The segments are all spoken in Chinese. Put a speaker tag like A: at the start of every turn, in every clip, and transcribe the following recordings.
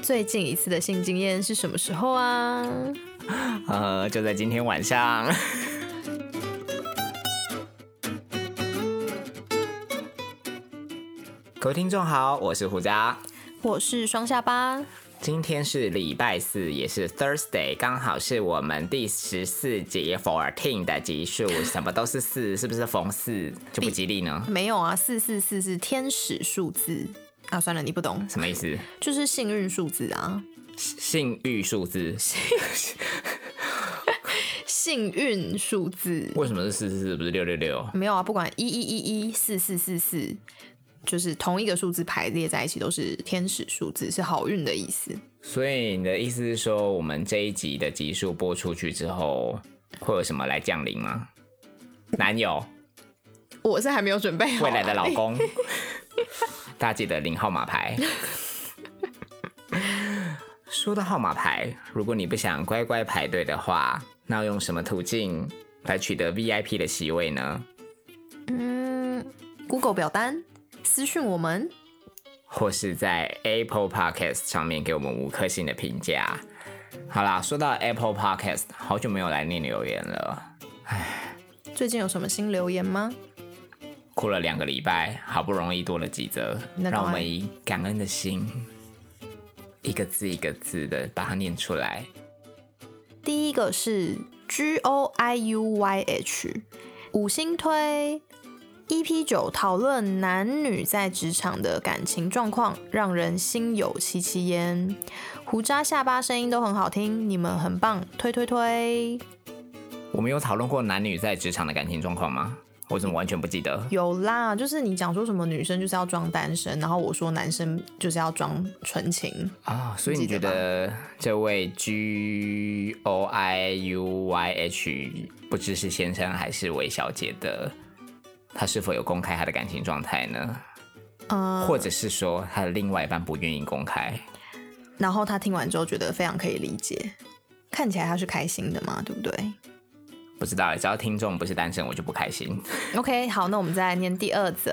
A: 最近一次的性经验是什么时候啊？
B: 呃，就在今天晚上。 各位听众好，我是胡渣，
A: 我是双下巴。
B: 今天是礼拜四，也是 Thursday，刚好是我们第十四集 fourteen 的集数，什么都是四，是不是逢四就不吉利呢？
A: 没有啊，四四四是天使数字啊。算了，你不懂，
B: 什么意思？
A: 就是幸运数字啊。
B: 性欲数字？
A: 幸运数字
B: 为什么是四四四？不是六六六？
A: 没有啊，不管一一一一四四四四，就是同一个数字排列在一起都是天使数字，是好运的意思。
B: 所以你的意思是说，我们这一集的集数播出去之后，会有什么来降临吗？男友、
A: 我是还没有准备好啊
B: 未来的老公，大家记得领号码牌。说到号码牌，如果你不想乖乖排队的话，那要用什么途径来取得 VIP 的席位呢？
A: 嗯，Google 表单私讯我们，
B: 或是在 Apple Podcast 上面给我们五颗星的评价。好啦，说到 Apple Podcast，好久没有来念留言了。
A: 最近有什么新留言吗？
B: 哭了两个礼拜，好不容易多了几则，
A: 那赶快
B: 让我们以感恩的心，一个字一个字的把它念出来。
A: 第一个是 G O I U Y H，五星推 EP 九讨论男女在职场的感情状况，让人心有戚戚焉。胡渣下巴声音都很好听，你们很棒，推推推！
B: 我们有讨论过男女在职场的感情状况吗？我怎么完全不记得？
A: 有啦，就是你讲说什么女生就是要装单身，然后我说男生就是要装纯情，
B: 啊、所以你
A: 记
B: 觉
A: 得吧
B: 得这位 G O I U Y H 不知是先生还是韦小姐的，他是否有公开他的感情状态呢？
A: 嗯、
B: 或者是说他的另外一半不愿意公开？
A: 然后他听完之后觉得非常可以理解，看起来他是开心的嘛，对不对？
B: 不知道，只要听众不是单身，我就不开心。
A: OK，好，那我们再来念第二则。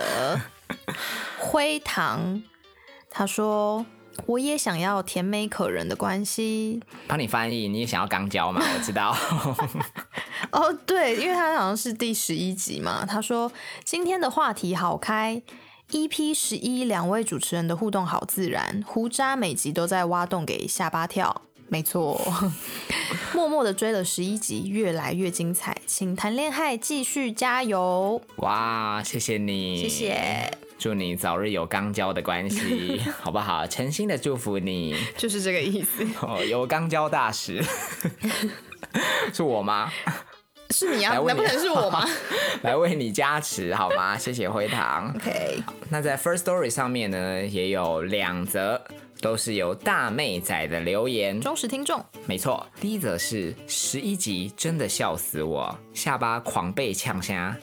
A: 灰糖，他说：“我也想要甜美可人的关系。
B: 帮你翻译，你也想要肛 交嘛？我知道，”
A: 哦，对，因为他好像是第十一集嘛。他说：“今天的话题好开，EP 十一，两位主持人的互动好自然，胡渣每集都在挖洞给下巴跳。”没错， 默默的追了十一集，越来越精彩，请谈恋爱继续加油，
B: 哇，谢谢你，
A: 谢谢。。
B: 祝你早日有肛交的 关系，好不好？诚心的祝福你，
A: 就是这个意思，
B: 哦，有肛交大使， 是我吗？
A: 是你啊，
B: 来问
A: 难
B: 你
A: 不成是我 吗？
B: 来为你加持好吗？谢谢灰糖。
A: OK，
B: 那在 First Story 上面呢，也有两则，都是由大妹仔的留言。
A: 忠实听众，
B: 没错，第一则是十一集，真的笑死我，下巴狂被呛瞎。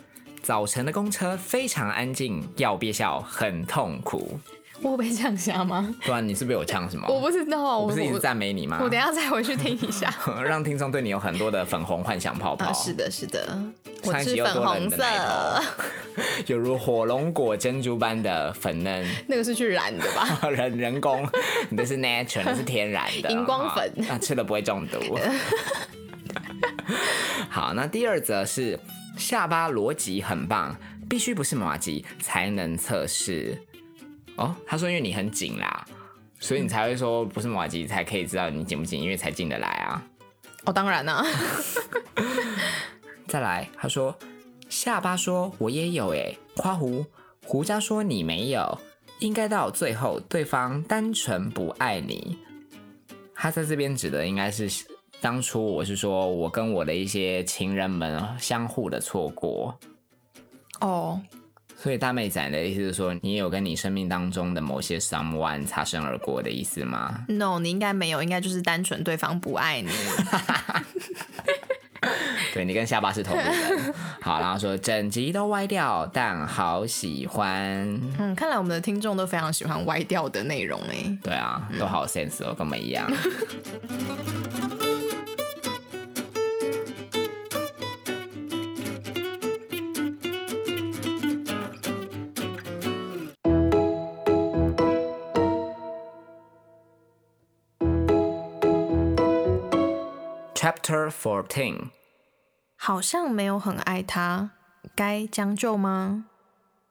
B: 早晨的公车非常安静，要憋笑很痛苦。
A: 我有被呛瞎吗？
B: 不然你是不是有呛什么？
A: 我不知道啊，我
B: 哦不是一直
A: 我
B: 赞美你吗
A: 我？等一下再回去听一 下。
B: 让听众对你有很多的粉红幻想泡泡。
A: 啊，是的，是的，我
B: 上一集
A: 是
B: 又
A: 粉
B: 多了你
A: 红
B: 的
A: 色，
B: 奶头，有如火龙果珍珠般的粉嫩，
A: 那个是去染的吧？
B: 人人工，你的是 natural，你是天然的
A: 荧光粉
B: 啊，啊吃了不会中毒。 好，那第二则是下巴逻辑很棒，必须不是马吉才能测试。哦，他说因为你很紧啦，所以你才会说不是马吉才可以知道你紧不紧，因为才进得来啊。
A: 哦，当然啦、
B: 再来，他说下巴说我也有诶、夸胡胡渣说你没有，应该到最后对方单纯不爱你。他在这边指的应该是当初我是说我跟我的一些情人们相互的错过，
A: 哦，
B: 所以大妹仔的意思是说你也有跟你生命当中的某些 someone 擦身而过的意思吗？
A: no，你应该没有，应该就是单纯对方不爱你。
B: 对你跟下巴是同路人。好，然后说整集都歪掉，但好喜欢。
A: 嗯，看来我们的听众都非常喜欢歪掉的内容欸诶。
B: 对啊，都好有 sense 哦，跟我们一样。 Chapter Fourteen，
A: 好像没有很爱他，该将就吗？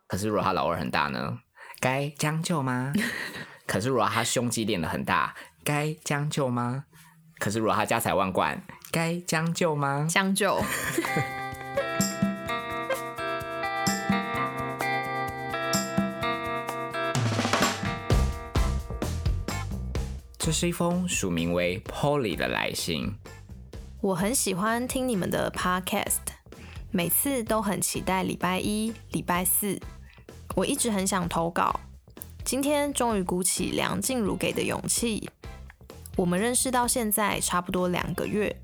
B: 可是如果他老二很大呢？该将就吗？可是如果他胸肌练得很大，该将就吗？可是如果他家财万贯，该将就吗？
A: 将就。
B: 这是一封署名为 Polly 的来信。
A: 我很喜欢听你们的 podcast，每次都很期待礼拜一、礼拜四。我一直很想投稿，今天终于鼓起梁静茹给的勇气。我们认识到现在差不多两个月，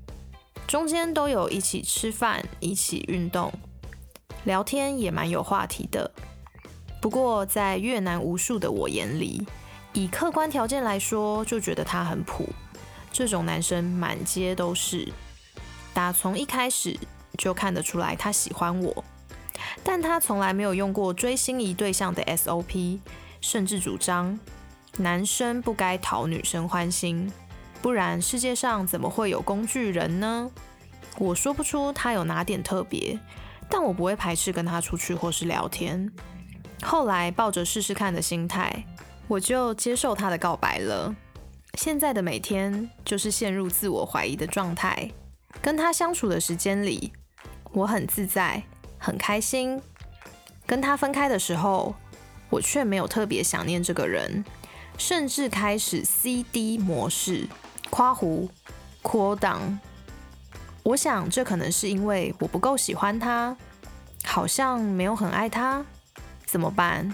A: 中间都有一起吃饭、一起运动，聊天也蛮有话题的。不过在越南无数的我眼里，以客观条件来说，就觉得他很普。这种男生满街都是。打从一开始就看得出来他喜欢我，但他从来没有用过追心仪对象的 SOP，甚至主张男生不该讨女生欢心，不然世界上怎么会有工具人呢？我说不出他有哪点特别，但我不会排斥跟他出去或是聊天。后来抱着试试看的心态，我就接受他的告白了。现在的每天就是陷入自我怀疑的状态。跟他相处的时间里，我很自在，很开心。跟他分开的时候，我却没有特别想念这个人，甚至开始 CD 模式，夸胡、扩档。我想这可能是因为我不够喜欢他，好像没有很爱他，怎么办？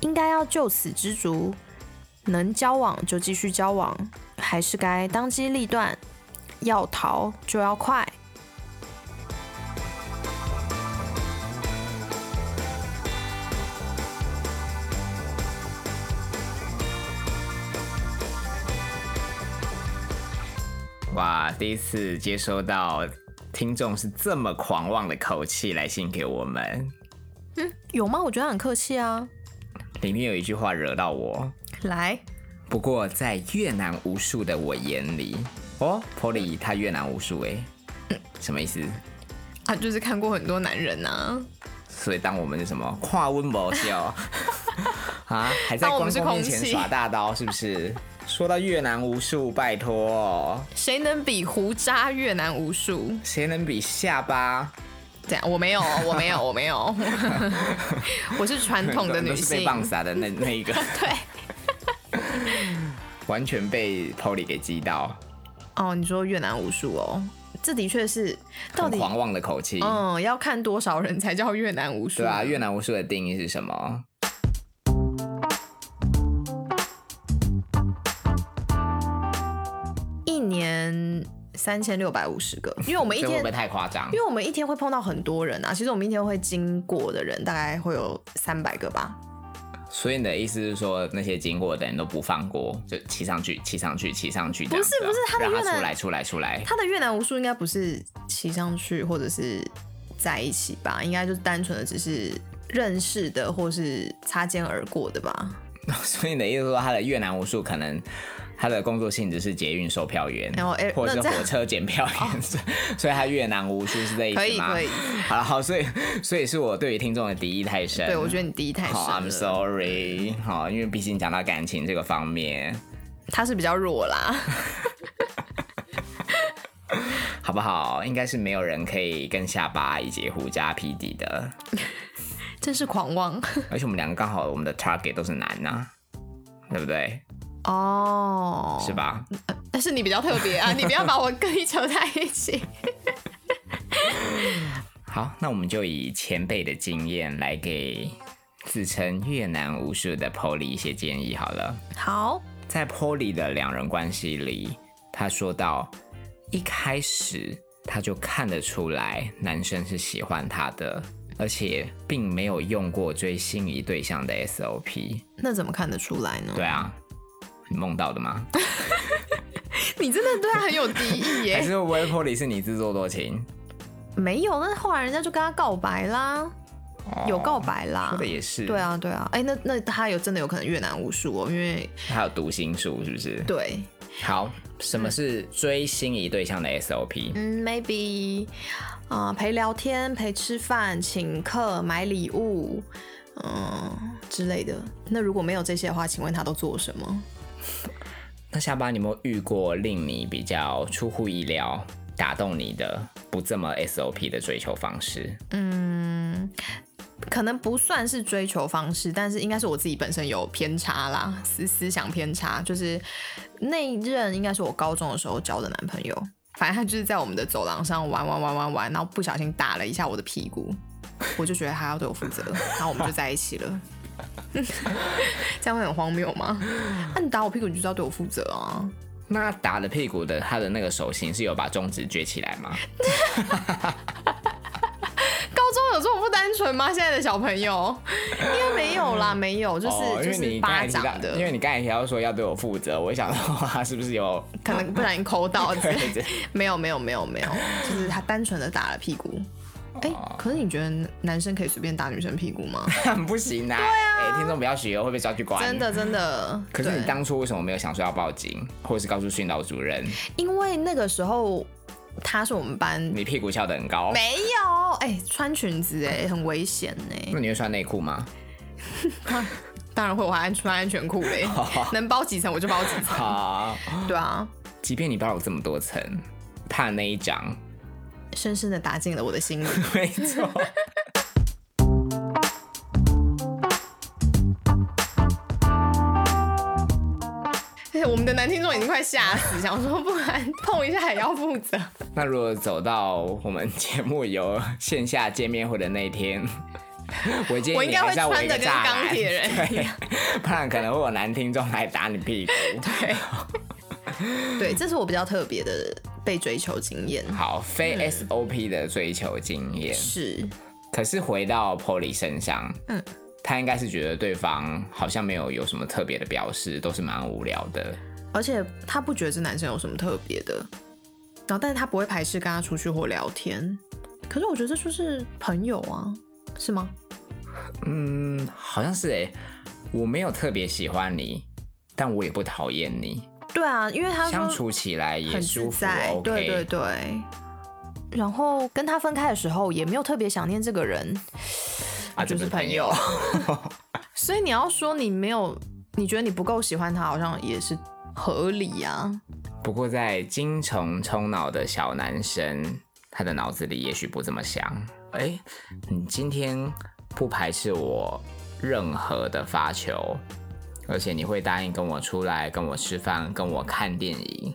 A: 应该要就此知足，能交往就继续交往，还是该当机立断，要逃就要快。
B: 哇，第一次接收到听众是这么狂妄的口气来信给我们。
A: 有吗？我觉得很客气啊。
B: 里面有一句话惹到我，
A: 来，
B: 不过在越南无数的我眼里，哦，Polly 他越南无数哎、什么意思？
A: 啊，就是看过很多男人啊，
B: 所以当我们是什么跨温 博笑啊，还在
A: 当我
B: 观
A: 们是
B: 众面
A: 空
B: 前
A: 气
B: 耍大刀，是不是？说到越南无数，拜托，
A: 谁能比胡渣越南无数？
B: 谁能比下巴？
A: 这样我没 有，我没有，我没 有，我是传统的
B: 都
A: 女
B: 是被
A: 性。
B: 棒撒的 那那一个，
A: 对，
B: 完全被 Polly 给击到，
A: 哦，你说越南无数哦，这的确是，到
B: 很
A: 底
B: 狂妄的口气。
A: 嗯，要看多少人才叫越南无数？
B: 对啊，越南无数的定义是什么？
A: 一年三千六百五十个，因为我们一
B: 这会
A: 天
B: 不会，太夸张
A: 因？为我们一天会碰到很多人啊。其实我们一天会经过的人大概会有三百个吧。
B: 所以你的意思是说，那些经过的人都不放过，就骑上去，骑上去，骑上去这样子
A: 不
B: 啊，
A: 是不是他的
B: 让他
A: 越南
B: 出来，出来，出来。
A: 他的越南无数应该不是骑上去或者是在一起吧，应该就是单纯的只是认识的或是擦肩而过的吧。
B: 嗯 所以你的意思说，他的越南无数可能他的工作性质是捷运售票员，
A: 然后哎
B: 或者
A: 那
B: 是
A: 这样哦
B: 火车检票员，所以他越南无数是这 意
A: 可以
B: 思吗？
A: 可以，
B: 好了，好，所以所以是我对于听众的敌意太深。
A: 对我觉得你第一太
B: 好、
A: 深了，
B: i m sorry，好，因为毕竟讲到感情这个方面，
A: 他是比较弱啦。
B: 好不好？应该是没有人可以跟下巴以及胡渣匹 敌的，
A: 真是狂 妄
B: 而且我们两个刚好我们的 target 都是男呐、对不对？
A: 哦，
B: 是？吧？
A: 但是你比较特别 啊，你不要把我跟你扯在一起。
B: 好，那我们就以前辈的经验来给自称越南武术的 Polly 一些建议好了。
A: 好，
B: 在 Polly 的两人关系里，他说到一开始他就看得出来男生是喜欢他的，而且并没有用过追心仪对象的 SOP。
A: 那怎么看得出来呢？
B: 对啊，你梦到的吗？
A: 你真的对他很有敌意 耶？
B: 还是我 Polly 是你自作多情？
A: 没有，那后来人家就跟他告白啦，有告白啦。
B: 说的也是，
A: 对，啊啊，对啊，哎、那那他有真的有可能越南无数哦，因为
B: 他有读心术是不是？
A: 对，
B: 好，什么是追心仪对象的 SOP？
A: 嗯，maybe 啊、呃陪聊天、陪吃饭、请客、买礼物，嗯、之类的。那如果没有这些的话，请问他都做了什么？
B: 那下巴，你有没有遇过令你比较出乎意料、打动你的不这么 SOP 的追求方式？
A: 嗯，可能不算是追求方式，但是应该是我自己本身有偏差啦，思思想偏差，就是那一任应该是我高中的时候交的男朋友，反正他就是在我们的走廊上玩玩玩玩玩，然后不小心打了一下我的屁股，我就觉得他要对我负责，然后我们就在一起 了。这样会很荒谬吗？那、你打我屁股，你就是要对我负责啊！
B: 那打了屁股的他的那个手型是有把中指撅起来吗？
A: 高中有这么不单纯吗？现在的小朋友应该没有啦，没有，就是、
B: 哦，因
A: 就
B: 为
A: 是
B: 你
A: 巴
B: 刚才提
A: 掌
B: 到，
A: 的
B: 因，为你刚才提到说要对我负责，我想到他是不是有
A: 可能不然抠到之类
B: 对
A: 的。 没有没有没有没有，就是他单纯的打了屁股。
B: 哦
A: 哎、可是你觉得男生可以随便打女生屁股 吗？
B: 不行啊？对啊，听众不要学哦，会被抓去关。
A: 真。的真的，
B: 可是
A: 对
B: 你当初为什么没有想说要报警，或者是告诉训导主任？
A: 因为那个时候他是我们班
B: 你屁股翘得很高，
A: 没有哎、穿裙子哎、很危险哎、
B: 那你会穿内裤吗？
A: 当然会，我还穿安全裤 嘞，能包几层我就包几层。
B: 好，
A: 对啊，
B: 即便你包了这么多层，怕那一张，
A: 深深的打进了我的心里。
B: 没错。
A: 而且我们的男听众已经快吓死，想说不然碰一下也要负 责。
B: 那如果走到我们节目有线下见面会的那一天，我建
A: 我
B: 议
A: 应
B: 你
A: 该
B: 还
A: 会
B: 是要围
A: 穿
B: 一
A: 的
B: 个
A: 跟
B: 栅
A: 钢
B: 栏，
A: 铁 人一样。
B: 不然可能会有男听众来打 你屁股。
A: 对，这是我比较特别的被追求经验。
B: 好，
A: 嗯
B: 非 SOP 的追求经验。
A: 是，
B: 可是回到 Polly 身上，
A: 嗯，
B: 他应该是觉得对方好像没有有什么特别的表示，都是蛮无聊的。
A: 而且他不觉得这男生有什么特别的，然后但是他不会排斥跟他出去或聊天。可是我觉得这就是朋友啊，是吗？
B: 嗯，好像是哎、我没有特别喜欢你，但我也不讨厌你，
A: 对啊，因为他
B: 相
A: 说
B: 处起来也
A: 很
B: 舒
A: 自
B: 服
A: 在，
B: ，OK。
A: 对对对。然后跟他分开的时候，也没有特别想念这个人，
B: 啊
A: 就
B: 就是是
A: 朋
B: 朋
A: 友
B: 友。
A: 所以你要说你没有，你觉得你不够喜欢他，好像也是合理啊。
B: 不过，在精虫充脑的小男生，他的脑子里也许不这么想。哎、你今天不排斥我任何的发球，而且你会答应跟我出来、跟我吃饭、跟我看电影。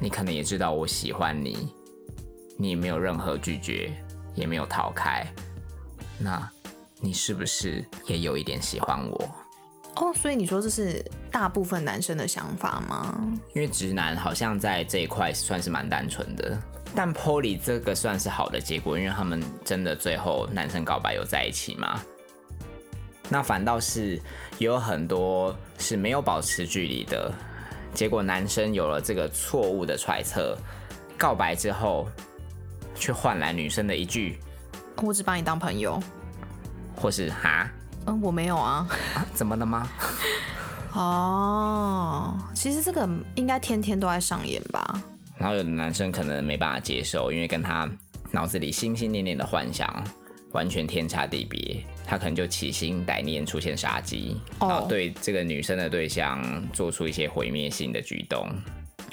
B: 你可能也知道我喜欢你，你也没有任何拒绝，也没有逃开。那你是不是也有一点喜欢我？
A: 哦，所以你说这是大部分男生的想法吗？
B: 因为直男好像在这一块算是蛮单纯的，但 Polly 这个算是好的结果，因为他们真的最后男生告白有在一起嘛。那反倒是也有很多是没有保持距离的，结果男生有了这个错误的揣测，告白之后却换来女生的一句
A: 我只把你当朋友。
B: 或是哈、
A: 嗯，我没有啊。
B: 啊怎么了吗？
A: 哦，其实这个应该天天都在上演吧？
B: 然后有的男生可能没办法接受，因为跟他脑子里心心念念的幻想完全天差地别，他可能就起心歹念出现杀机，
A: 哦
B: 然后对这个女生的对象做出一些毁灭性的举动，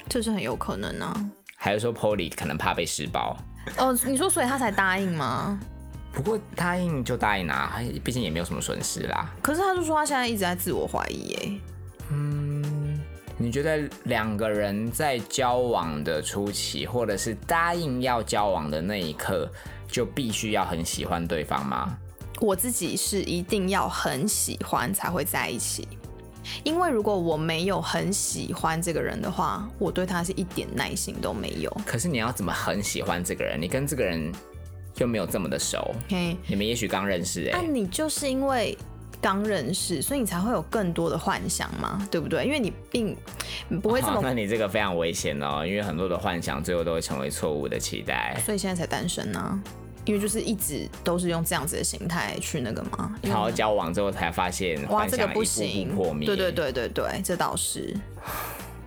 A: 这是很有可能啊。
B: 还是说 Polly 可能怕被施暴。
A: 哦，你说所以他才答应吗？
B: 不过答应就答应啊，毕竟也没有什么损失啦。
A: 可是他就说他现在一直在自我怀疑，哎，
B: 嗯，你觉得两个人在交往的初期，或者是答应要交往的那一刻，就必须要很喜欢对方吗？
A: 我自己是一定要很喜欢才会在一起，因为如果我没有很喜欢这个人的话，我对他是一点耐心都没有。
B: 可是你要怎么很喜欢这个人？你跟这个人又没有这么的熟，
A: 嘿，
B: 你们也许刚认识哎、
A: 那、啊你就是因为刚认识，所以你才会有更多的幻想嘛，对不对？因为你并你不会这
B: 好
A: 么，
B: 那你这个非常危险哦，因为很多的幻想最后都会成为错误的期待。
A: 所以现在才单身啊。因为就是一直都是用这样子的心态去那个嘛，因为
B: 然后交往之后才发现
A: 嗯哇，
B: 幻
A: 这个
B: 想
A: 不
B: 一步步
A: 行，
B: 破灭。
A: 对对对对对，这倒是。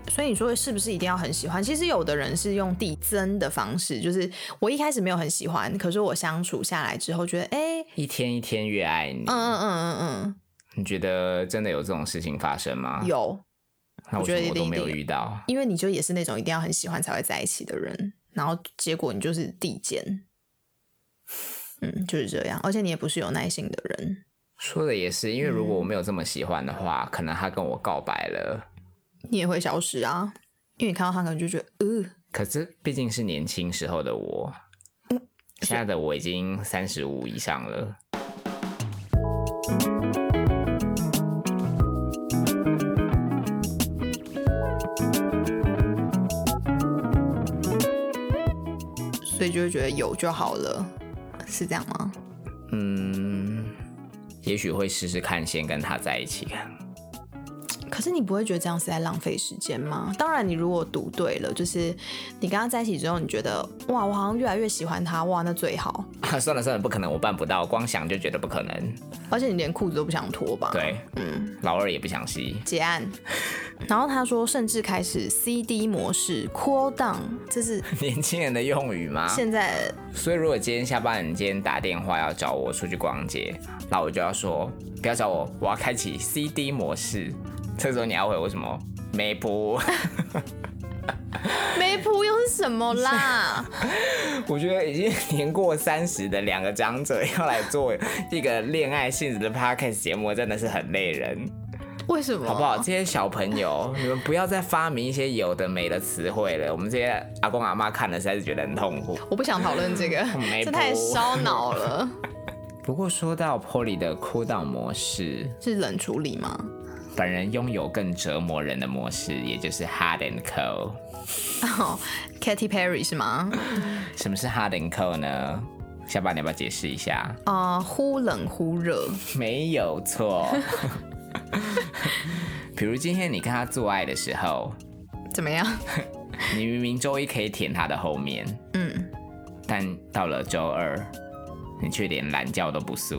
A: 所以你说是不是一定要很喜欢？其实有的人是用递增的方式，就是我一开始没有很喜欢，可是我相处下来之后觉得，哎、
B: 一天一天越爱你。
A: 嗯嗯嗯嗯
B: 你觉得真的有这种事情发生吗？
A: 嗯，。有，
B: 那
A: 我
B: 为
A: 觉得
B: 什么
A: 一
B: 我
A: 定
B: 都没有
A: 一定
B: 遇到？
A: 因为你就也是那种一定要很喜欢才会在一起的人，然后结果你就是递减，嗯，就是这样，而且你也不是有耐心的人，
B: 说的也是，因为如果我没有这么喜欢的
A: 嗯
B: 话，可能他跟我告白了。
A: 你也会消失啊，因为你看到他可能就觉得，呃，
B: 可是毕竟是年轻时候的我，现在的我已经三十五以上了。
A: 所以就会觉得有就好了，是这样吗？
B: 嗯，也许会试试看，先跟他在一起看。
A: 可是你不会觉得这样是在浪费时间吗？当然，你如果赌对了，就是你跟他在一起之后，你觉得哇，我好像越来越喜欢他，哇，那最好。
B: 啊，算了算了，不可能，我办不到，光想就觉得不可能。
A: 而且你连裤子都不想脱吧？，
B: 对，嗯，老二也不想吸。
A: 结案。然后他说，甚至开始 CD 模式 cool down，这是
B: 年轻人的用语吗？
A: 现在
B: 所以如果今天下班，你今天打电话要找我出去逛街，那我就要说不要找我，我要开启 CD 模式。这时候你要回我什么？没谱。
A: 没谱又是什么 啦？
B: 我觉得已经年过三十的两个长者要来做一个恋爱性质的 podcast 节目，真的是很累人，
A: 为什么？
B: 好不好？这些小朋友，你们不要再发明一些有的没的词汇了。我们这些阿公阿妈看了实在是觉得很痛苦。
A: 我不想讨论这个
B: 没，
A: 这太
B: 谱
A: 烧脑 了。
B: 不过说到 Polly 的 cool down 模式，
A: 是冷处理吗？
B: 本人拥有更折磨人的模式，也就是 hard and cold。
A: 哦、k a t y Perry 是吗？
B: 什么是 hard and cold 呢？下巴你要不要解释一下？
A: 啊、忽冷忽热。
B: 没有错。 比如今天你跟他做爱的时候，
A: 怎么样？
B: 你明明周一可以舔他的后面，嗯，但到了周二，你却连懒觉都不素。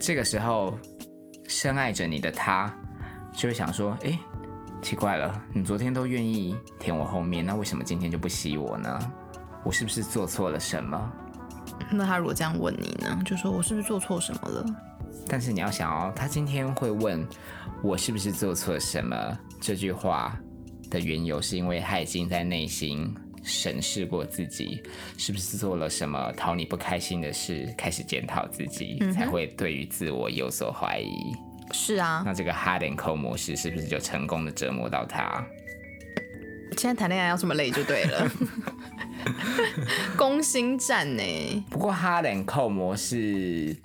B: 这个时候，深爱着你的他就会想说：“诶，奇怪了，你昨天都愿意舔我后面，那为什么今天就不吸我呢？我是不是做错了什么
A: 那他如果这样问你呢，就说我是不是做错什么了？？”
B: 但是你要想哦，他今天会问我是不是做错什么这句话的缘由，是因为他已经在内心审视过自己，是不是做了什么讨你不开心的事，开始检讨自己，才会对于自我有所怀疑。
A: 是啊，
B: 那这个 hard and cold 模式是不是就成功的折磨到他？
A: 现在谈恋爱要这么累就对了， 攻心战欸呢、
B: 不过 hard and cold 模式，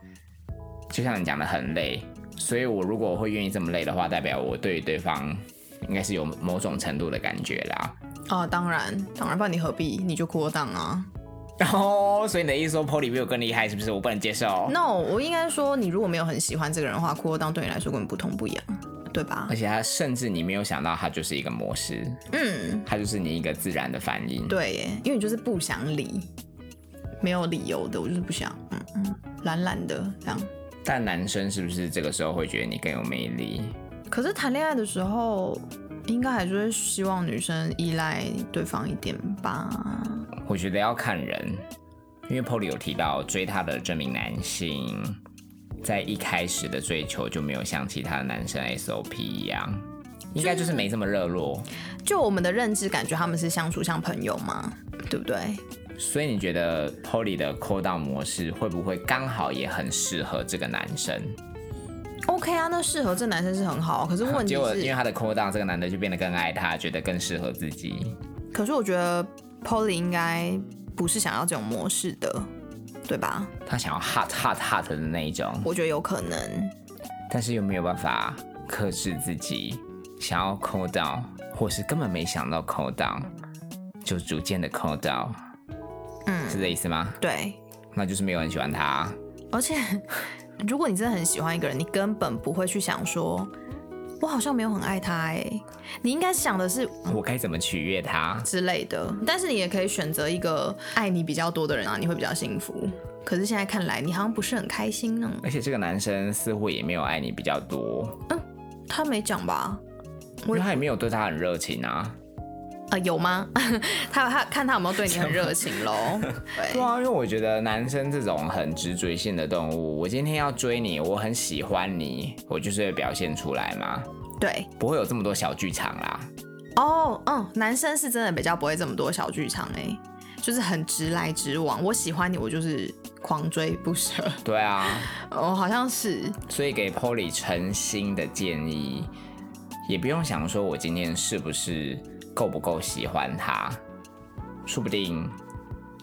B: 就像你讲的很累，所以我如果会愿意这么累的话，代表我对于对方应该是有某种程度的感觉啦。
A: 哦，当然，当然，不然你何必你就扩档啊
B: 然后，所以你的意思说 Polly 比我更厉害，是不是？我不能接受。
A: ？No，我应该说，你如果没有很喜欢这个人的话，扩档对你来说根本不痛不痒，对吧
B: 而？且他甚至你没有想到，它就是一个模式，
A: 嗯，
B: 它就是你一个自然的反应。
A: 对耶，因为你就是不想理，没有理由的，我就是不想，嗯嗯，懒懒的这样。
B: 但男生是不是这个时候会觉得你更有魅力？
A: 可是谈恋爱的时候，应该还是会希望女生依赖对方一点吧？
B: 我觉得要看人，因为 Polly 有提到追她的这名男性，在一开始的追求就没有像其他的男生 SOP 一样，应该就是没这么热络。
A: 就我们的认知，感觉他们是相处像朋友嘛，对不对？
B: 所以你觉得 Polly 的 call down 模式会不会刚好也很适合这个男生？
A: OK 啊，那适合这男生是很好，可是问题
B: 结果因为
A: 是，
B: 他的 call down，这个男的就变得更爱她，觉得更适合自己。
A: 可是我觉得 Polly 应该不是想要这种模式的，对吧？
B: 他想要 hot hot hot 的那一种，
A: 我觉得有可能。
B: 但是又没有办法克制自己想要 call down，或是根本没想到 call down，就逐渐的 call down，嗯，是这意思吗？
A: 对，
B: 那就是没有人喜欢他，
A: 而且 如果你真的很喜欢一个人，你根本不会去想说，我好像没有很爱他哎、你应该想的是
B: 我该怎么取悦他？
A: 之类的。但是你也可以选择一个爱你比较多的人啊，你会比较幸福。可是现在看来，你好像不是很开心呢。
B: 而且这个男生似乎也没有爱你比较多，
A: 他没讲吧？
B: 因为他也没有对他很热情啊。
A: 呃，有吗？ 他他看他有没有对你很热情喽？
B: 对
A: 对，
B: 啊，因为我觉得男生这种很直觉性的动物，我今天要追你，我很喜欢你，我就是会表现出来嘛，
A: 对，
B: 不会有这么多小剧场啦。
A: 哦，嗯，男生是真的比较不会这么多小剧场哎、就是很直来直往。我喜欢你，我就是狂追不舍。
B: 对啊，
A: 哦，好像是，
B: 所以给 Polly 诚心的建议，也不用想说我今天是不是够不够喜欢他，说不定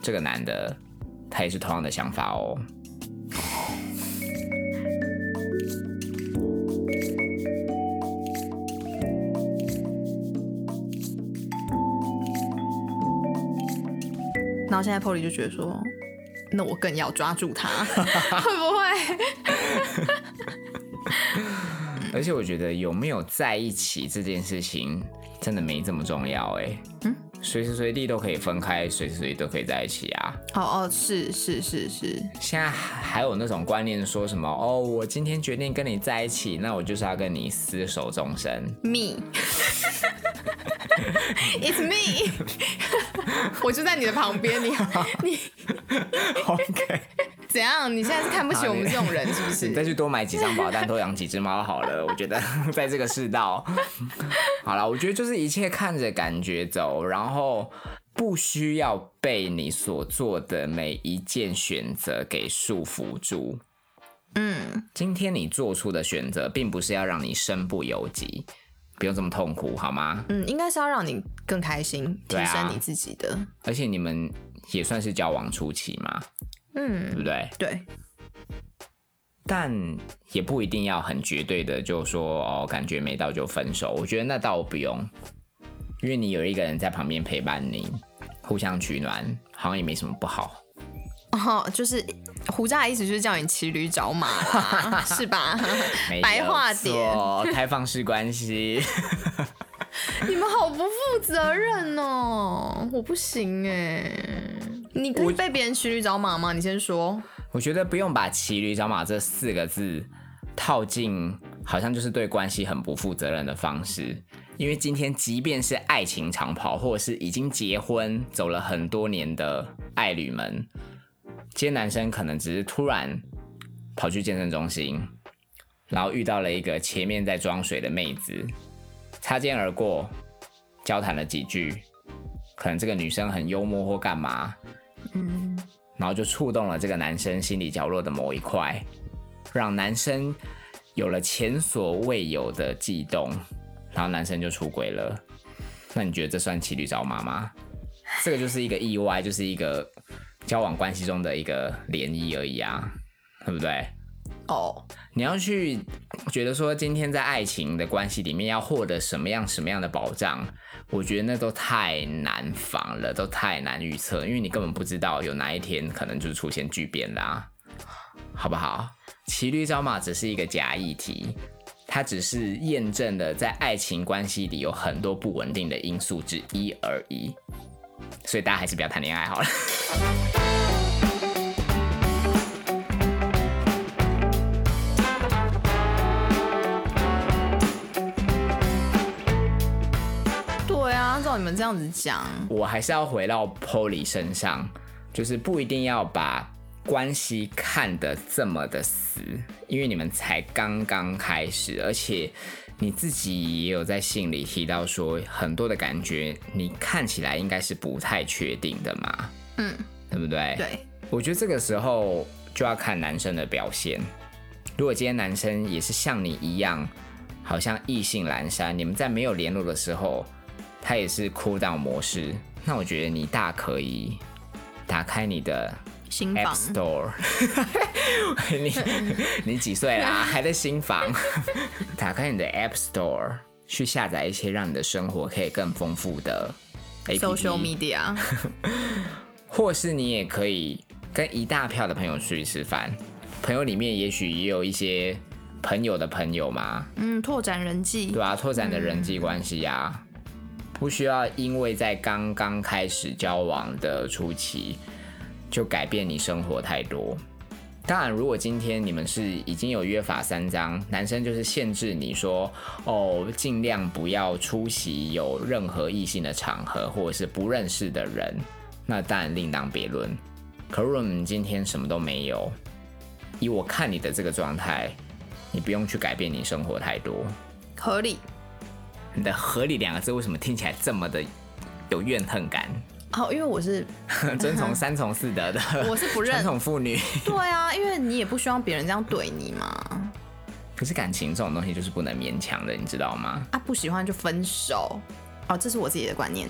B: 这个男的他也是同样的想法哦。
A: 然后现在 Polly 就觉得说，那我更要抓住他， 会不会？
B: 而且我觉得有没有在一起这件事情真的没这么重要哎、
A: 嗯
B: 随时随地都可以分开，随时随地都可以在一起啊。
A: 哦哦，是是是是，
B: 现在还有那种观念说什么哦，我今天决定跟你在一起，那我就是要跟你厮守终身。
A: me，it's me，我就在你的旁 边，你你
B: OK，
A: 怎样？你现在是看不起我们这种人是不
B: 你再
A: 是？
B: 去多买几张保单，多养几只猫好了。我觉得 在这个世道，好了，我觉得就是一切看着感觉走，然后不需要被你所做的每一件选择给束缚住。
A: 嗯，
B: 今天你做出的选择，并不是要让你身不由己，不用这么痛苦好吗？
A: 嗯，应该是要让你更开心，
B: 对
A: 提
B: 啊
A: 升你自己的。
B: 而且你们也算是交往初期嘛，对
A: 嗯，
B: 不对？
A: 对，
B: 但也不一定要很绝对的就说哦，感觉没到就分手。我觉得那倒不用，因为你有一个人在旁边陪伴你，互相取暖，好像也没什么不好。
A: 哦，就是胡渣的意思就是叫你骑驴找马 啦，是吧？
B: 没有
A: 白话点，
B: 错，开放式关系。
A: 你们好不负责任哦，我不行哎、你可以被别人骑驴找马吗？你先说。
B: 我觉得不用把“骑驴找马”这四个字套进，好像就是对关系很不负责任的方式。因为今天，即便是爱情长跑，或者是已经结婚走了很多年的爱侣们，今天男生可能只是突然跑去健身中心，然后遇到了一个前面在装水的妹子，擦肩而过，交谈了几句，可能这个女生很幽默或干嘛，
A: 嗯，
B: 然后就触动了这个男生心理角落的某一块，让男生有了前所未有的悸动，然后男生就出轨了。那你觉得这算骑驴找马吗？这个就是一个意外，就是一个交往关系中的一个涟漪而已啊，对不对？
A: 哦，
B: 你要去觉得说，今天在爱情的关系里面要获得什么样什么样的保障，我觉得那都太难防了，都太难预测，因为你根本不知道有哪一天可能就是出现巨变啦、好不好？骑驴找马只是一个假议题，它只是验证了在爱情关系里有很多不稳定的因素之一而已，所以大家还是不要谈恋爱好了。
A: 对啊，照你们这样子讲，
B: 我还是要回到 Polly 身上，就是不一定要把关系看得这么的死，因为你们才刚刚开始，而且你自己也有在信里提到说，很多的感觉你看起来应该是不太确定的嘛，
A: 嗯，
B: 对不对？
A: 对，
B: 我觉得这个时候就要看男生的表现。如果今天男生也是像你一样，好像意兴阑珊，你们在没有联络的时候，他也是 cool down 模式，那我觉得你大可以打开你的
A: 新
B: App
A: 房
B: Store。你你几岁 啦？还在新房？打开你的 App Store，去下载一些让你的生活可以更丰富的 APP。
A: social media，
B: 或是你也可以跟一大票的朋友出去吃饭，朋友里面也许也有一些朋友的朋友嘛，
A: 嗯，拓展人际
B: 对，啊，拓展的人际关系啊，不需要因为在刚刚开始交往的初期就改变你生活太多。当然，如果今天你们是已经有约法三章，男生就是限制你说哦，尽量不要出席有任何异性的场合，或者是不认识的人，那当然另当别论。可如果你今天什么都没有，以我看你的这个状态，你不用去改变你生活太多。
A: 合理
B: 你的“合理”两个字为什么听起来这么的有怨 恨感？
A: 哦，因为我是
B: 遵从三从四德的，
A: 我是不认
B: 传统妇女。
A: 对啊，因为你也不希望别人这样对你嘛。
B: 可是感情这种东西就是不能勉强的，你知道吗？
A: 啊，不喜欢就分手。哦，这是我自己的观念。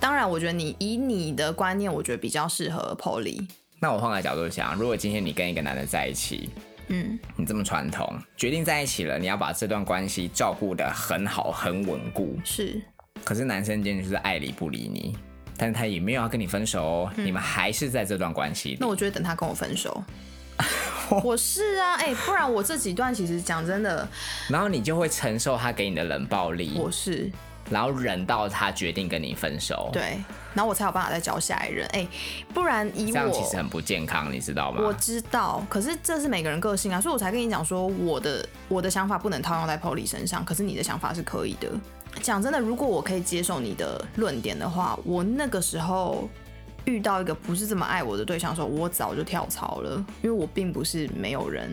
A: 当然，我觉得你以你的观念，我觉得比较适合 Polly。
B: 那我换个角度想，如果今天你跟一个男的在一起，
A: 嗯，
B: 你这么传统，决定在一起了，你要把这段关系照顾的很好、很稳固。
A: 是
B: 可是男生间就是爱理不理你，但是他也没有要跟你分手哦，你们还是在这段关系里。
A: 嗯那我就会等他跟我分 手。我是啊，哎、不然我这几段其实讲真的，
B: 然后你就会承受他给你的冷暴力，
A: 我是
B: 然后忍到他决定跟你分手。，
A: 对，然后我才有办法再找下一任。哎、不然以
B: 这样其实
A: 我
B: 很不健康，你知道
A: 我
B: 吗？
A: 知道，可是这是每个人个性啊，所以我才跟你讲说，我的我的想法不能套用在 Polly 身上，可是你的想法是可以的。讲真的，如果我可以接受你的论点的话，我那个时候遇到一个不是这么爱我的对象的时候，我早就跳槽了，因为我并不是没有人，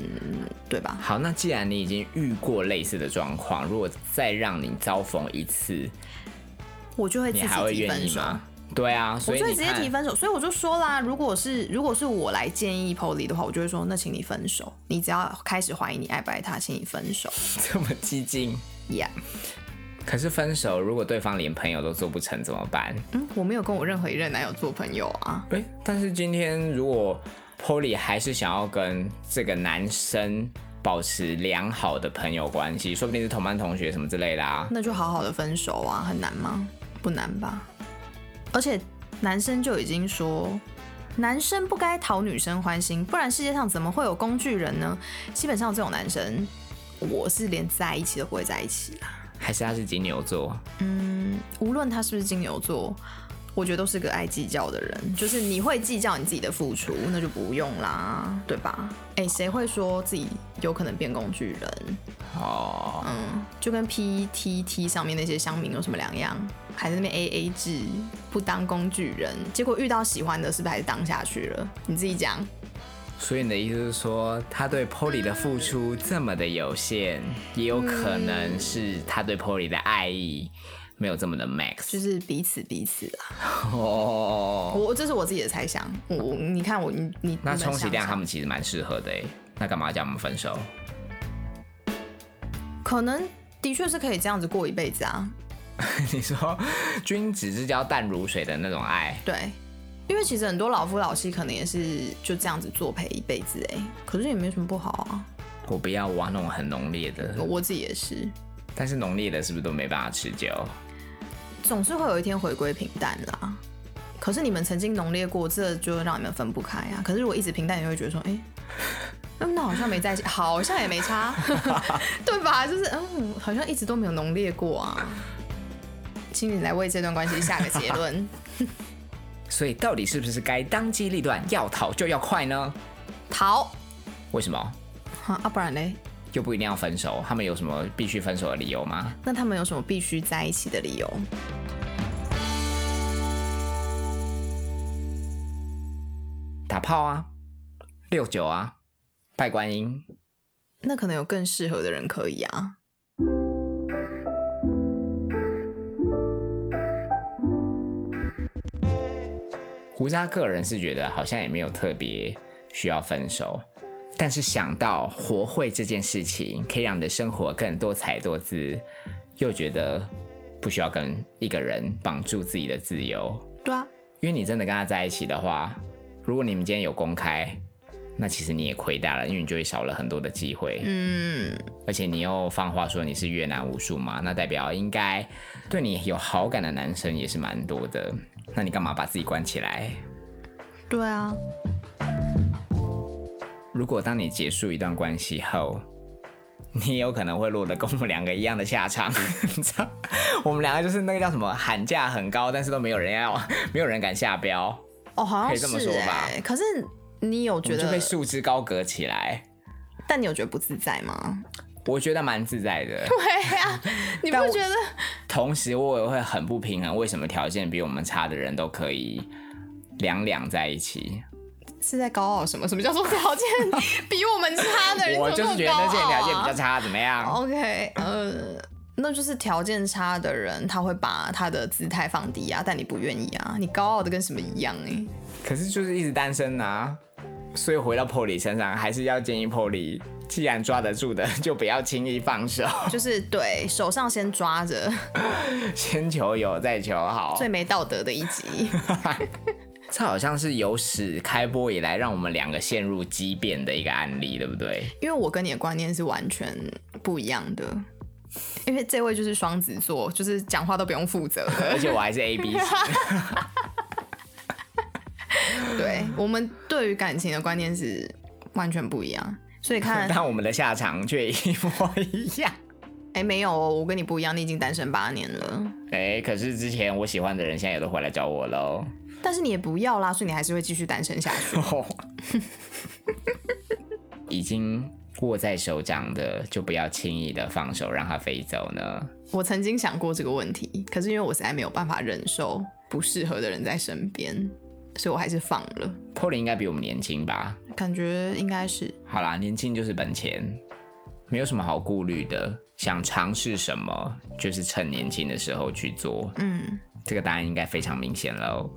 A: 对吧？
B: 好，那既然你已经遇过类似的状况，如果再让你遭逢一次，
A: 我就会自
B: 你还
A: 己
B: 会
A: 提
B: 愿
A: 分
B: 意
A: 手。
B: 吗？对啊，所
A: 我
B: 以
A: 就会
B: 你
A: 直接
B: 看
A: 提分手，所以我就说啦，如果是如果是我来建议 Polly 的话，我就会说，那请你分手，你只要开始怀疑你爱不爱他，请你分手。
B: 这么激进。
A: Yeah，
B: 可是分手，如果对方连朋友都做不成怎么办？
A: 嗯，我没有跟我任何一任男友做朋友啊，
B: 哎、但是今天如果 Polly 还是想要跟这个男生保持良好的朋友关系，说不定是同班同学什么之类的啊。
A: 那就好好的分手啊，很难吗？不难吧？而且男生就已经说。男生不该讨女生欢心，不然世界上怎么会有工具人呢？基本上这种男生，我是连在一起都不会在一起啦。
B: 还是他是金牛座，
A: 无论他是不是金牛座，我觉得都是个爱计较的人。就是你会计较你自己的付出，那就不用啦，对吧？哎、谁会说自己有可能变工具人？
B: 哦，
A: 嗯，就跟 PTT 上面那些乡民有什么两样？还在那边 AA 制，不当工具人，结果遇到喜欢的，是不是还是当下去了？你自己讲。
B: 所以你的意思是说，他对 Polly 的付出这么的有限，也有可能是他对 Polly 的爱意没有这么的 max
A: 就是彼此彼此啊，
B: 哦。
A: 我这是我自己的猜想。我我你看我你你
B: 那
A: 你们
B: 充其
A: 想
B: 量他
A: 想
B: 们其实蛮适合的诶，欸那干嘛叫我们分手？
A: 可能的确是可以这样子过一辈子啊，
B: 你说君子之交淡如水的那种爱，
A: 对，因为其实很多老夫老妻可能也是就这样子作陪一辈子哎、可是也没什么不好啊。
B: 我不要挖那种很浓烈的，
A: 我自己也是，
B: 但是浓烈的是不是都没办法持久？
A: 总是会有一天回归平淡啦。可是你们曾经浓烈过，这就让你们分不开啊。可是如果一直平淡，你会觉得说，哎、嗯，那好像没在一起，好像也没差，对吧？就是嗯，好像一直都没有浓烈过啊。请你来为这段关系下个结论。
B: 所以到底是不是该当机立断，要逃就要快呢？
A: 逃
B: 为什么？
A: 啊，不然嘞？
B: 又不一定要分手，他们有什么必须分手的理由吗？
A: 那他们有什么必须在一起的理由？
B: 打炮啊，六九啊，拜观音。
A: 那可能有更适合的人可以啊。
B: 胡渣个人是觉得好像也没有特别需要分手，但是想到活会这件事情可以让你的生活更多彩多姿，又觉得不需要跟一个人绑住自己的自由，
A: 对啊，
B: 因为你真的跟他在一起的话，如果你们今天有公开，那其实你也亏大了，因为你就会少了很多的机会。
A: 嗯，
B: 而且你又放话说你是越南武术嘛，那代表应该对你有好感的男生也是蛮多的。那你干嘛把自己关起来？
A: 对啊，
B: 如果当你结束一段关系后，你也有可能会落得跟我们两个一样的下场， 你知道？我们两个就是那个叫什么喊价 很高，但是都没有人要，没有人敢下标。
A: 哦，好像
B: 可以这么
A: 是
B: 说吧
A: 哎、可是你有觉
B: 我就
A: 得
B: 被？束之高阁起来。
A: 但你有觉得不自在吗？
B: 我觉得蛮自在的，
A: 对呀、你不
B: 但我
A: 觉得？
B: 同时我也会很不平衡，为什么条件比我们差的人都可以两两在一起？
A: 是在高傲什 么？什么叫做条件比我们差的 人？
B: 我
A: 怎
B: 就
A: 么
B: 是
A: 那么
B: 觉
A: 高傲啊哦
B: 得那些人条件比较差，怎么样？
A: OK，呃，那就是条件差的人，他会把他的姿态放低啊，但你不愿意啊，你高傲的跟什么一样哎、
B: 可是就是一直单身啊，所以回到 Polly 身上，还是要建议 Polly，既然抓得住的， 就不要轻易放手，
A: 就是对手上先抓着
B: 先求有再求好。
A: 最没道德的一集，
B: 这好像是有史开播以来让我们两个陷入激辩的一个案例，对不对？
A: 因为我跟你的观念是完全不一样的。因为这位就是双子座，就是讲话都不用负责的。
B: 而且我还是 A B 型，
A: 对我们对于感情的观念是完全不一样，所以 看，哎、
B: 但我们的下场却一模一样。
A: 没有哦，我跟你不一样，你已经单身八年了，
B: 哎，可是之前我喜欢的人现在也都回来找我喽。
A: 但是你也不要啦，所以你还是会继续单身下去。
B: 已经握在手掌的，就不要轻易的放手，让它飞走呢。
A: 我曾经想过这个问题，可是因为我实在没有办法忍受不适合的人在身边，所以我还是放了。
B: Polly 应该比我们年轻吧？
A: 感觉应该是
B: 好啦，年轻就是本钱，没有什么好顾虑的。想尝试什么，就是趁年轻的时候去做。
A: 嗯
B: 这个答案应该非常明显喽。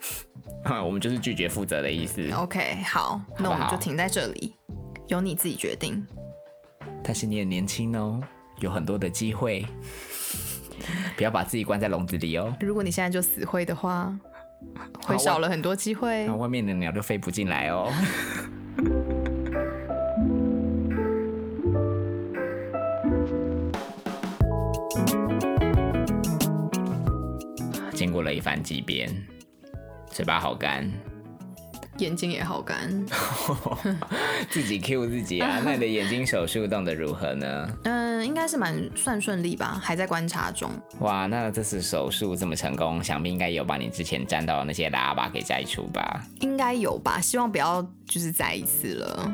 B: 我们就是拒绝负责的意思。
A: ，OK，好，那我们就停在这里，由你自己决定。
B: 但是你也年轻哦，有很多的机会，不要把自己关在笼子里哦。
A: 如果你现在就死灰的话，会
B: 好
A: 少
B: 我
A: 了很多机会
B: 那。外面的鸟都飞不进来哦。 经过了一番激辩，嘴巴好干，
A: 眼睛也好干，
B: 自己 Q 自己啊！那你的眼睛手术动得如何呢？
A: 嗯，应该是蛮算顺利吧，还在观察中。
B: 哇，那这次手术这么成功，想必应该有把你之前沾到的那些拉巴给摘除吧？
A: 应该有吧，希望不要就是再一次了。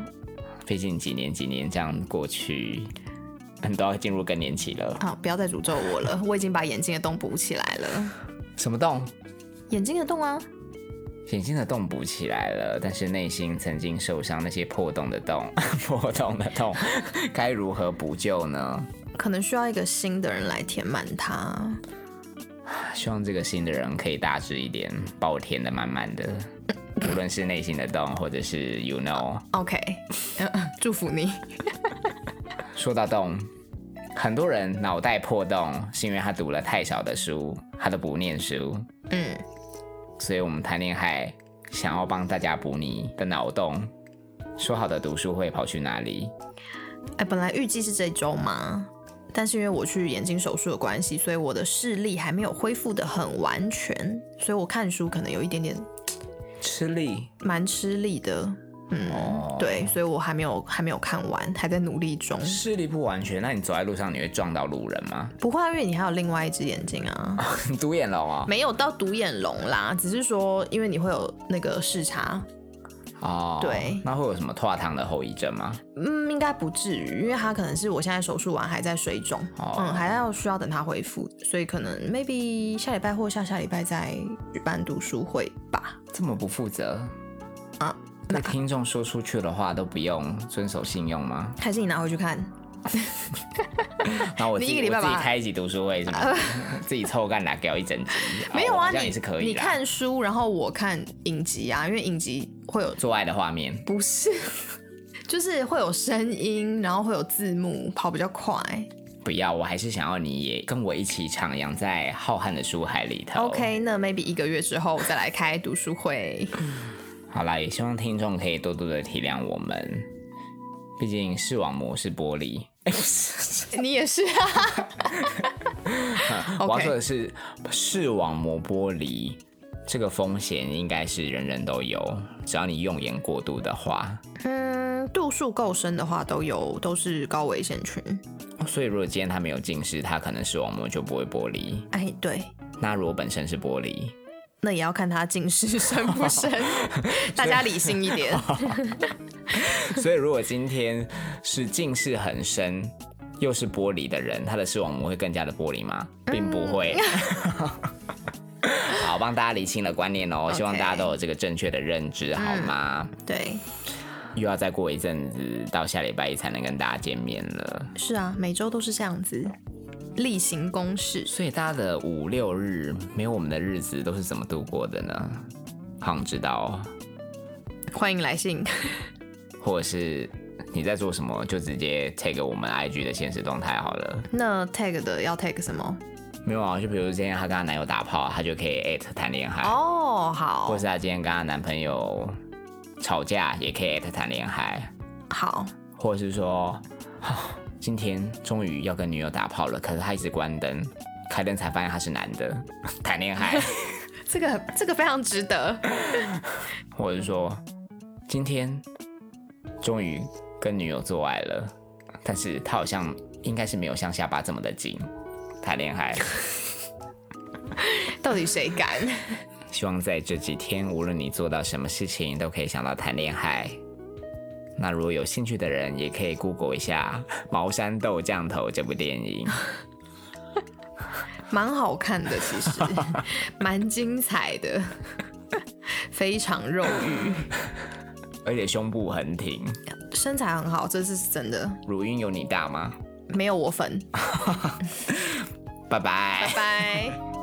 B: 毕竟几年几年这样过去，你都要进入更年期了。
A: 好，啊不要再诅咒我了，我已经把眼睛的洞补起来了。
B: 什么洞？
A: 眼睛的洞啊，
B: 眼睛的洞补起来了，但是内心曾经受伤那些破洞的洞， 破洞的洞， 该如何补救呢？
A: 可能需要一个新的人来填满它。
B: 希望这个新的人可以大致一点，把我填的满满的，无论是内心的洞，或者是 you know。
A: OK，、呃、祝福你。
B: 说到洞，很多人脑袋破洞是因为他读了太少的书，他都不念书，
A: 嗯，
B: 所以我们谈恋爱想要帮大家补你的脑洞。说好的读书会跑去哪里？
A: 哎，本来预计是这周嘛，但是因为我去眼睛手术的关系，所以我的视力还没有恢复的很完全，所以我看书可能有一点点
B: 吃力。
A: 蛮吃力的。嗯，
B: 哦
A: 对，所以我还没有还没有看完，还在努力中。
B: 视力不完全，那你走在路上你会撞到路人吗？
A: 不会啊，因为你还有另外一只眼睛啊，
B: 你独眼龙哦。
A: 没有到独眼龙啦，只是说因为你会有那个视差，
B: 哦，
A: 对
B: 那会有什么脱糖的后遗症吗？
A: 嗯，应该不至于，因为他可能是我现在手术完还在水肿，
B: 哦
A: 嗯，还要需要等他恢复，所以可能 maybe 下礼拜或下下礼拜再举办读书会吧。
B: 这么不负责
A: 啊？
B: 那听众说出去的话都不用遵守信用吗？
A: 还是你拿回去看？
B: 然后我自己
A: 你一个礼拜
B: 我自己
A: 吧
B: 开一集读书会是吗？ 自己凑干打给我一整集？
A: 没有
B: 哦
A: 啊，
B: 好像
A: 你
B: 也是可以啦
A: 你看书，然后我看影集啊，因为影集会有
B: 做爱的画面，
A: 不是， 就是会有声音，然后会有字幕，跑比较快。
B: 不要，我还是想要你也跟我一起徜徉在浩瀚的书海里头。
A: OK，那 maybe 一个月之后再来开读书 会。
B: 好啦，也希望听众可以多多的体谅我们，毕竟视网膜是玻璃。
A: 你也是啊。
B: 我要说
A: OK，
B: 的是，视网膜剥离这个风险应该是人人都有，只要你用眼过度的话。
A: 嗯，度数够深的话都有都是高危险群。
B: 所以如果今天他没有近视，他可能视网膜就不会剥离。
A: 哎，对，
B: 那如果本身是剥离，
A: 那也要看他近视深不 深，大家理性一 点。
B: 所以如果今天是近视很深又是玻璃的人，他的视网膜会更加的玻璃吗？并不会。 好，帮大家理清了观念哦，希望
A: 嗯 OK
B: 大家都有这个正确的认知，好吗？
A: 对，
B: 又要再过一阵子，到下礼拜一才能跟大家见面了。
A: 是啊，每周都是这样子，例行公事。
B: 所以大家的五六日没有我们的日子都是怎么度过的呢？好想知道哦，
A: 欢迎来信，
B: 或者是你在做什么，就直接 take 我们 IG 的现实动态好了。
A: 那 tag 的要 tag 什么？
B: 没有啊，就比如今天她跟她男友打炮，她就可以艾特谈恋爱，
A: 哦、好
B: 或是她今天跟她男朋友吵架，也可以艾特谈恋爱，
A: 好，
B: 或者是说，啊今天终于要跟女友打炮了，可是她一直关灯，开灯才发现他是男的， 谈恋爱。
A: 这个这个非常值得。
B: 或者说今天终于跟女友做爱了，但是她好像应该是没有像下巴这么的紧谈恋爱。
A: 到底谁敢？
B: 希望在这几天，无论你做到什么事情，都可以想到谈恋爱。那如果有兴趣的人，也可以 Google 一下《茅山豆酱头》这部电影。
A: 蛮好看的，其实蛮精彩的，非常肉欲，
B: 而且胸部很挺，
A: 身材很好，这次是真的，
B: 乳晕有你大吗？
A: 没有我粉。
B: 拜拜
A: 拜。拜。